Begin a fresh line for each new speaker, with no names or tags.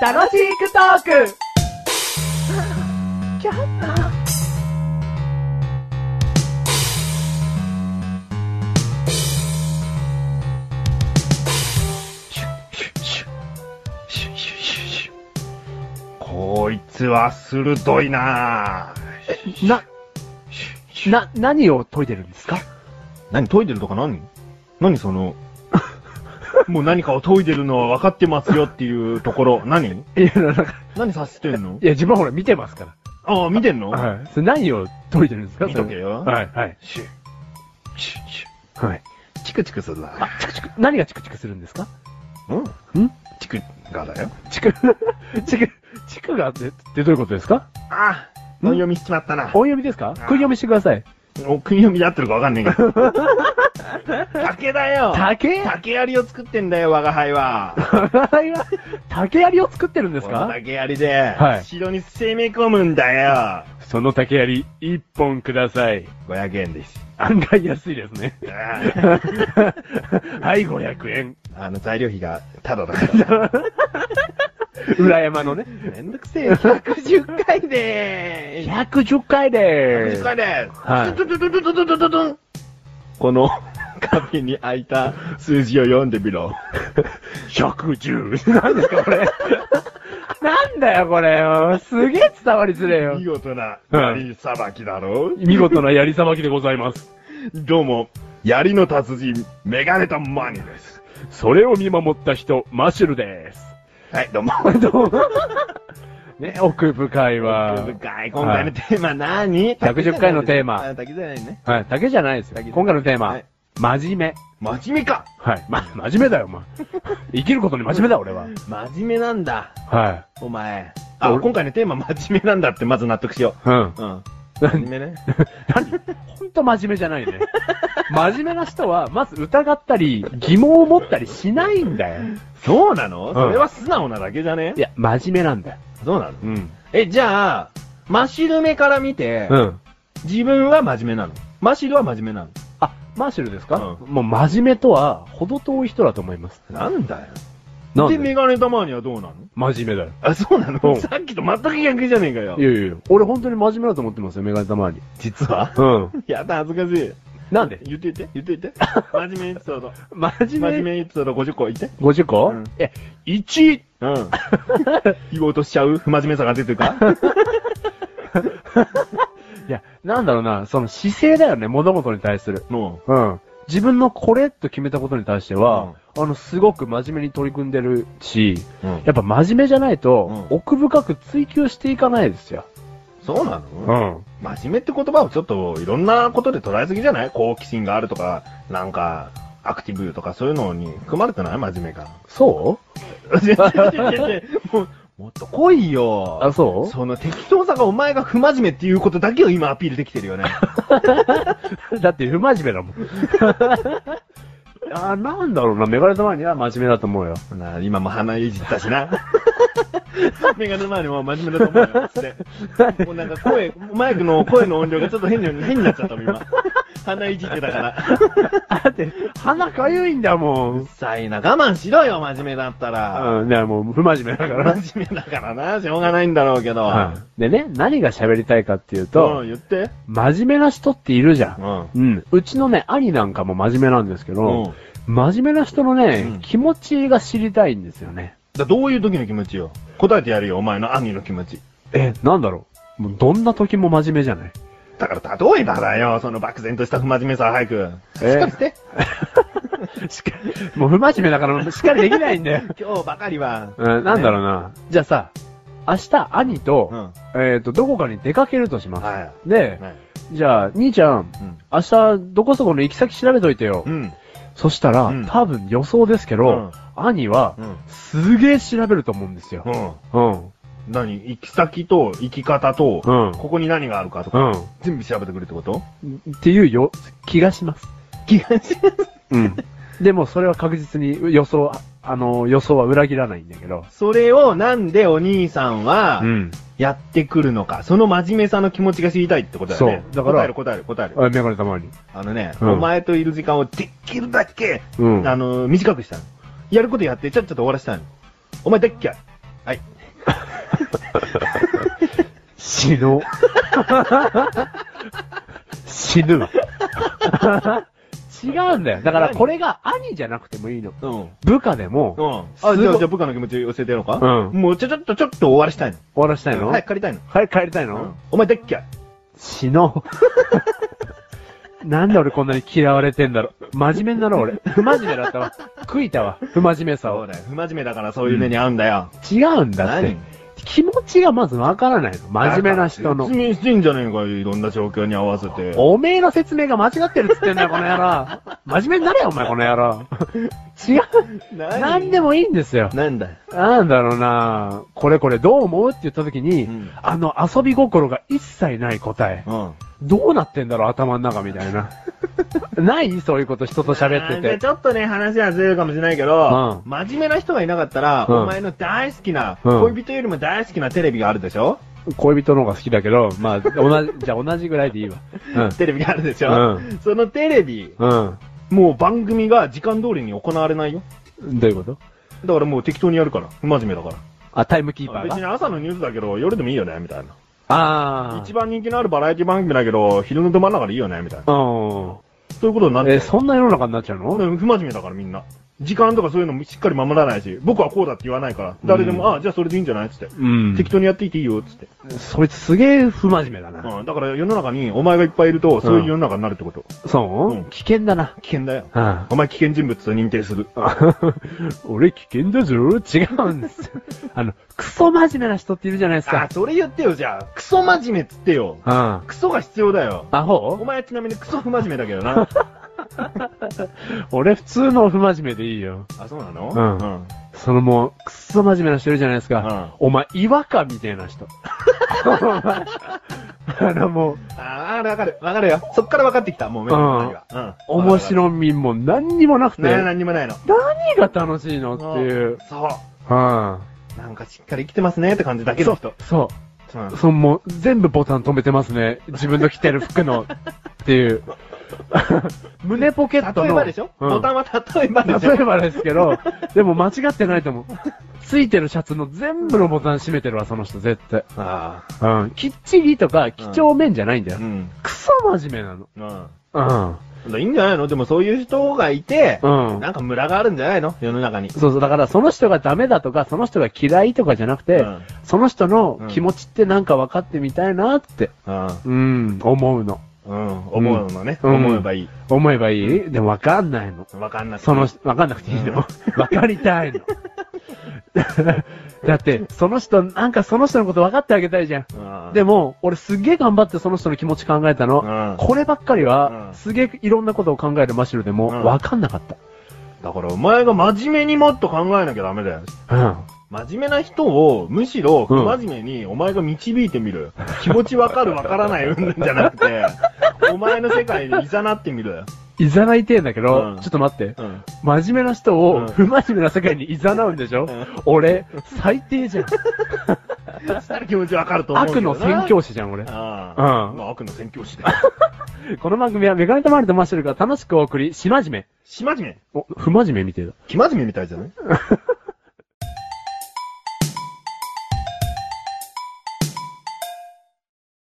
楽しくトー ク
こいつは鋭いな
な、な、何を研いでるんですか
何研いでるとか何何そ の、もう何かを研いでるのは分かってますよっていうところ、何
いや、なんか、
何察してんの
いや、自分はほら見てますか
ああ、見てんの
ら。い。それ何を研いでるんですか
見とけよ
それはい、はい。
シュッシュッシ
はい。
ュッチクチクするな。
あ、チクチク、何がチクチクするんですか
うん
ん
チクがだよ。
チク、チク、チクがって、ってどういうことですか
ああ、音読みしちまったな。
音読みですか訓読みしてください。
お、国読みで合ってるかわかんねえけど。竹だよ
竹
竹槍を作ってんだよ、我が輩は。
竹槍を作ってるんです
この
か
竹槍で、
はい
城に攻め込むんだよ。
その竹槍、一本ください。
500円です。
案外安いですね。
あー
はい、500円。
あの、材料費がタダだから。
裏山のね。
めんどくせえよ。110回でー
110回でー
110
す。
回でーす。
は
ド
い
ゥドゥドゥドゥドゥドゥドゥドゥンこの壁に開いた数字を読んでみろ。
110。何ですか、これ。なんだよ、これ。すげえ伝わりづれえよ
見。事な槍さばきだろ、
見事な槍さばきでございます。
どうも、槍の達人、メガネとマニです。
それを見守った人、マシュルです。
はい、どうも。
どうも ね、奥深いわ。
深い。今回のテーマ何、
110回のテーマ
あ竹じゃないね。
はい、だけじゃないですよ。今回のテーマ、
はい
真面目。
真面目か。
はい、ま、真面目だよ、 お前。生きることに真面目だ、俺は。
真面目なんだ、
は
お前。あ、
俺
今回のテーマ真面目なんだって、まず納得しよ
い。うん。
う。うん。真
何
面目ね。
ほんと真面目じゃないね。真面目な人は、まず疑ったり、疑問を持ったりしないんだよ。
そうなの、
ん
それは素直なだけじゃね
いや、真面目なんだよ。
そうなの
うん。
え、じゃあ、マシル目から見て、
うん。
自分は真面目なの。マシルは真面目なの。
あ、マーシュルですか、
う
もう真面目とは、ほど遠い人だと思います。
なんだよ。
なん
で、
で
メガネ玉にはどうなの
真面目だよ。
あ、そうなの、
うん
さっきと全く逆じゃねえかよ
い。やいやいや、俺本当に真面目だと思ってますよ、メガネたまに。
実は
うん。
やだ、恥ずかしい。
なんで
言って言って、言って 言って。真面目エピソード。
真
真面目エピソード50個言って。
50個、
うん
え、1、
うん。言おうとしちゃう不真面目さが出てるか
いや、なんだろうな、その姿勢だよね、物事に対する。
も
うん。自分のこれと決めたことに対しては、あの、すごく真面目に取り組んでるし、
う。うん。
やっぱ真面目じゃないと、
うん
奥深く追求していかないですよ。
そうなの
ん。
真面目って言葉をちょっといろんなことで捉えすぎじゃない好奇心があるとか、なんか、アクティブとかそういうのに含まれてない真面目 が。
そ
違う違う違う違うもうもっと来いうよ。
あ、そう
その適当さがお前が不真面目っていうことだけを今アピールできてるよね。
だって不真面目だもん。あ、なんだろうな、メガネたまには真面目だと思うよ。
な今も鼻いじったしな。 メガネ周りも真面目だと思うよ。つって。もうなんか声、マイクの声の音量がちょっと変に変になっちゃったもん、今。鼻いじってたから。
だって、鼻かゆいんだもん。
さいな、我慢しろよ、真面目だったら。
うん、ね、もう不真面目だから。
真面目だからな、しょうがないんだろうけど。
はいでね、何が喋りたいかっていう
そう
と、
ん、言って。
真面目な人っているじゃん。
ん。
うん。うちのね、兄なんかも真面目なんですけど、真面目な人のね、
うん
気持ちが知りたいんですよね。
だどういう時の気持ちよ。答えてやるよ、お前の兄の気持ち。
え、なんだろう。もうどんな時も真面目じゃない。
だから、例えばだよ、その漠然とした不真面目さ、早く。しっかりして。
しっかり、もう不真面目だから、しっかりできない んだよ。
今日ばかりは。
うん、なんだろうな。じゃあさ、明日、兄と、
うん。
えっ、と、どこかに出かけるとします。
は
で
い。、はい。
じゃあ、兄ちゃん、
うん。
明日、どこそこの行き先調べといてよ。
うん。
そしたら、
うん
多分予想ですけど、兄は、
うん。
すげえ調べると思うんですよ
う。ん。
うん。
何行き先と、行き方と、
うん。
ここに何があるかと
う
か、
ん。
全部調べてくるってこと
っていうよ、気がします。
気がします。
うん。 でもそれは確実に予想は、あの、予想は裏切らないんだけど。
それをなんでお兄さんは、
ん。
やってくるのか、その真面目さの気持ちが知りたいってことだよね。
そうだから
答える答える答える。
あ、メガネたまに。
あのね、
うん
お前といる時間をできるだけ、
うん。
あの、短くしたの。やることやって、ちょっと終わらせたの。お前だっけはい。
死ぬ。死ぬ。 違うんだよ。だからこれが兄じゃなくてもいいの。
うん。うん。
部下でも、終
あ、じゃあ、
す
じゃ
ごい
あ部下の気持ち教えてやろうか
うん
もうちょ、ちょっと、ちょっと終わらせたいの。
わらしたいの
はい、。借りたいの。
はい、帰りたいの、
うん。お前だっけ
死の う。なんで俺こんなに嫌われてんだろ。真面目になろう俺。不真面目だったわ。悔いたわ。不真面目さ
そう
を。
だよ。不真面目だからそういう目に遭うんだよ。
違うんだって
何。
気持ちがまずわからないの。真面目な人の
説。明してんじゃねえかよ、いろんな状況に合わせて。
おめえの説明が間違ってるっつってんだよ、この野郎。真面目になれよ、お前、この野郎。違う。
何
なんでもいいんですよ。
なんだよ。
なんだろうなこれこれどう思うって言った時に、
うん
あの遊び心が一切ない答え。
うん。
どうなってんだろう、頭の中みたい な。ないそういうこと人と喋って
あーじゃあ
て。
ちょっとね、話はずれるかもしれないけど、
う
真面目な人がいなかったら、
うん
お前の大好きな、
うん
恋人よりも大好きなテレビがあるでしょ
恋人の方が好きだけど、まあ、同じ、じゃあ同じぐらいでいいわ。
テレビがあるでしょ、
うん
そのテレビ、
うん。
もう番組が時間通りに行われないよ。
うん。どういうこと
だからもう適当にやるから、不真面目だから。
あ、タイムキーパー
別に
が
朝のニュースだけど、夜でもいいよね、みたいな。
あ
一番人気のあるバラエティ番組だけど、昼のど真ん中でいいよね、みたいな。
番。うん。
そういうことになって。
え、そんな世の中になっちゃうの
俺不真面目だからみんな。時間とかそういうのもしっかり守らないし、僕はこうだって言わないから、誰でも、
うん
ああ、じゃあそれでいいんじゃないっつって、
うん
適当にやっていっていいよ、つって。
そいつすげえ不真面目だな。
うん、だから世の中にお前がいっぱいいると、そういう世の中になるってこと。
そう、
うん
危険だな。
危険だよ。
うん
お前危険人物と認定する。
俺危険だぞ。違うんです よ。あの、クソ真面目な人っているじゃないです
あ
か、。
それ言ってよ、じゃあ。クソ真面目っつってよ。
うん。ア
クソが必要だよ。お
ホ
前はちなみにクソ不真面目だけど な。
俺普通の不真面目でいいよ。
あ、そうなの
うんそのもう、クソ真面目な人いるじゃないですか。お前、違和感みたいな人。 お前あのもう、
ああ、わかる。わかるよ。そっから分かってきた、もう目の前が。うん。
面
い。
白みも何にもなくて、
ね、
何
何にもないの。っ
が楽しいのっていう。
そ
うん。
う。なんかしっかり生きてますねって感じだけの人。
そう。
うん
そのもう、全部ボタン止めてますね。自分の着てる 服の、っていう。 胸ポケットの。
例えばでしょ、
うん
ボタンは例えばでしょ
例えばですけど、でも間違ってないと思う。ついてるシャツの全部のボタン閉めてるわ、その人、絶対。
あ
うん。きっちりとか、几帳面じゃないんだ
あ。
よ
う。ん。
クソ真面目なの。
うん。
うん。
だからいいんじゃないのでもそういう人がいて、
うん
なんかムラがあるんじゃないの世の中に。
そうそう、だからその人がダメだとか、その人が嫌いとかじゃなくて、
うん
その人の気持ちってなんか分かってみたいなって、
うん。
うん、思うの。
うん。思うのね。
うん
思えばいい。
思えばいいでも分かんないの。
わかんなくて
その、わかんなくていいの。わかりたいの。 だって、その人、なんかその人のこと分かってあげたいじゃん。
うん。
で
も、
も、俺すげえ頑張ってその人の気持ち考えた
う
の。
ん。
こればっかりは
う、ん
すげえいろんなことを考えるマシュルでも、
うん
分かんなかっ
だからお前が真面目にもっと考えなきゃダメだよ。
た。うん。
真面目な人を、むしろ、
うん
真面目に、お前が導いてみる。気持ちわかるわからないうんじゃなく て、お前の世界に誘ってみる。
いざないてえんだけど、
うん
ちょっと待って。
うん。
真面目な人
う
を
ん
不真面目な世界に誘うんでしょ、
ん
俺、最低 じゃん。
したら気持ちわかると思うけ
悪
どな。
の宣教師じゃん、俺。
あ
う
あ。
ん
まあ悪の宣教師 で。
この番組はメガネとマリとマッシュルが楽しくお送り、しまじめ。
しまじめ。
お、不真面目みてえだ。
気まじめみたいじゃない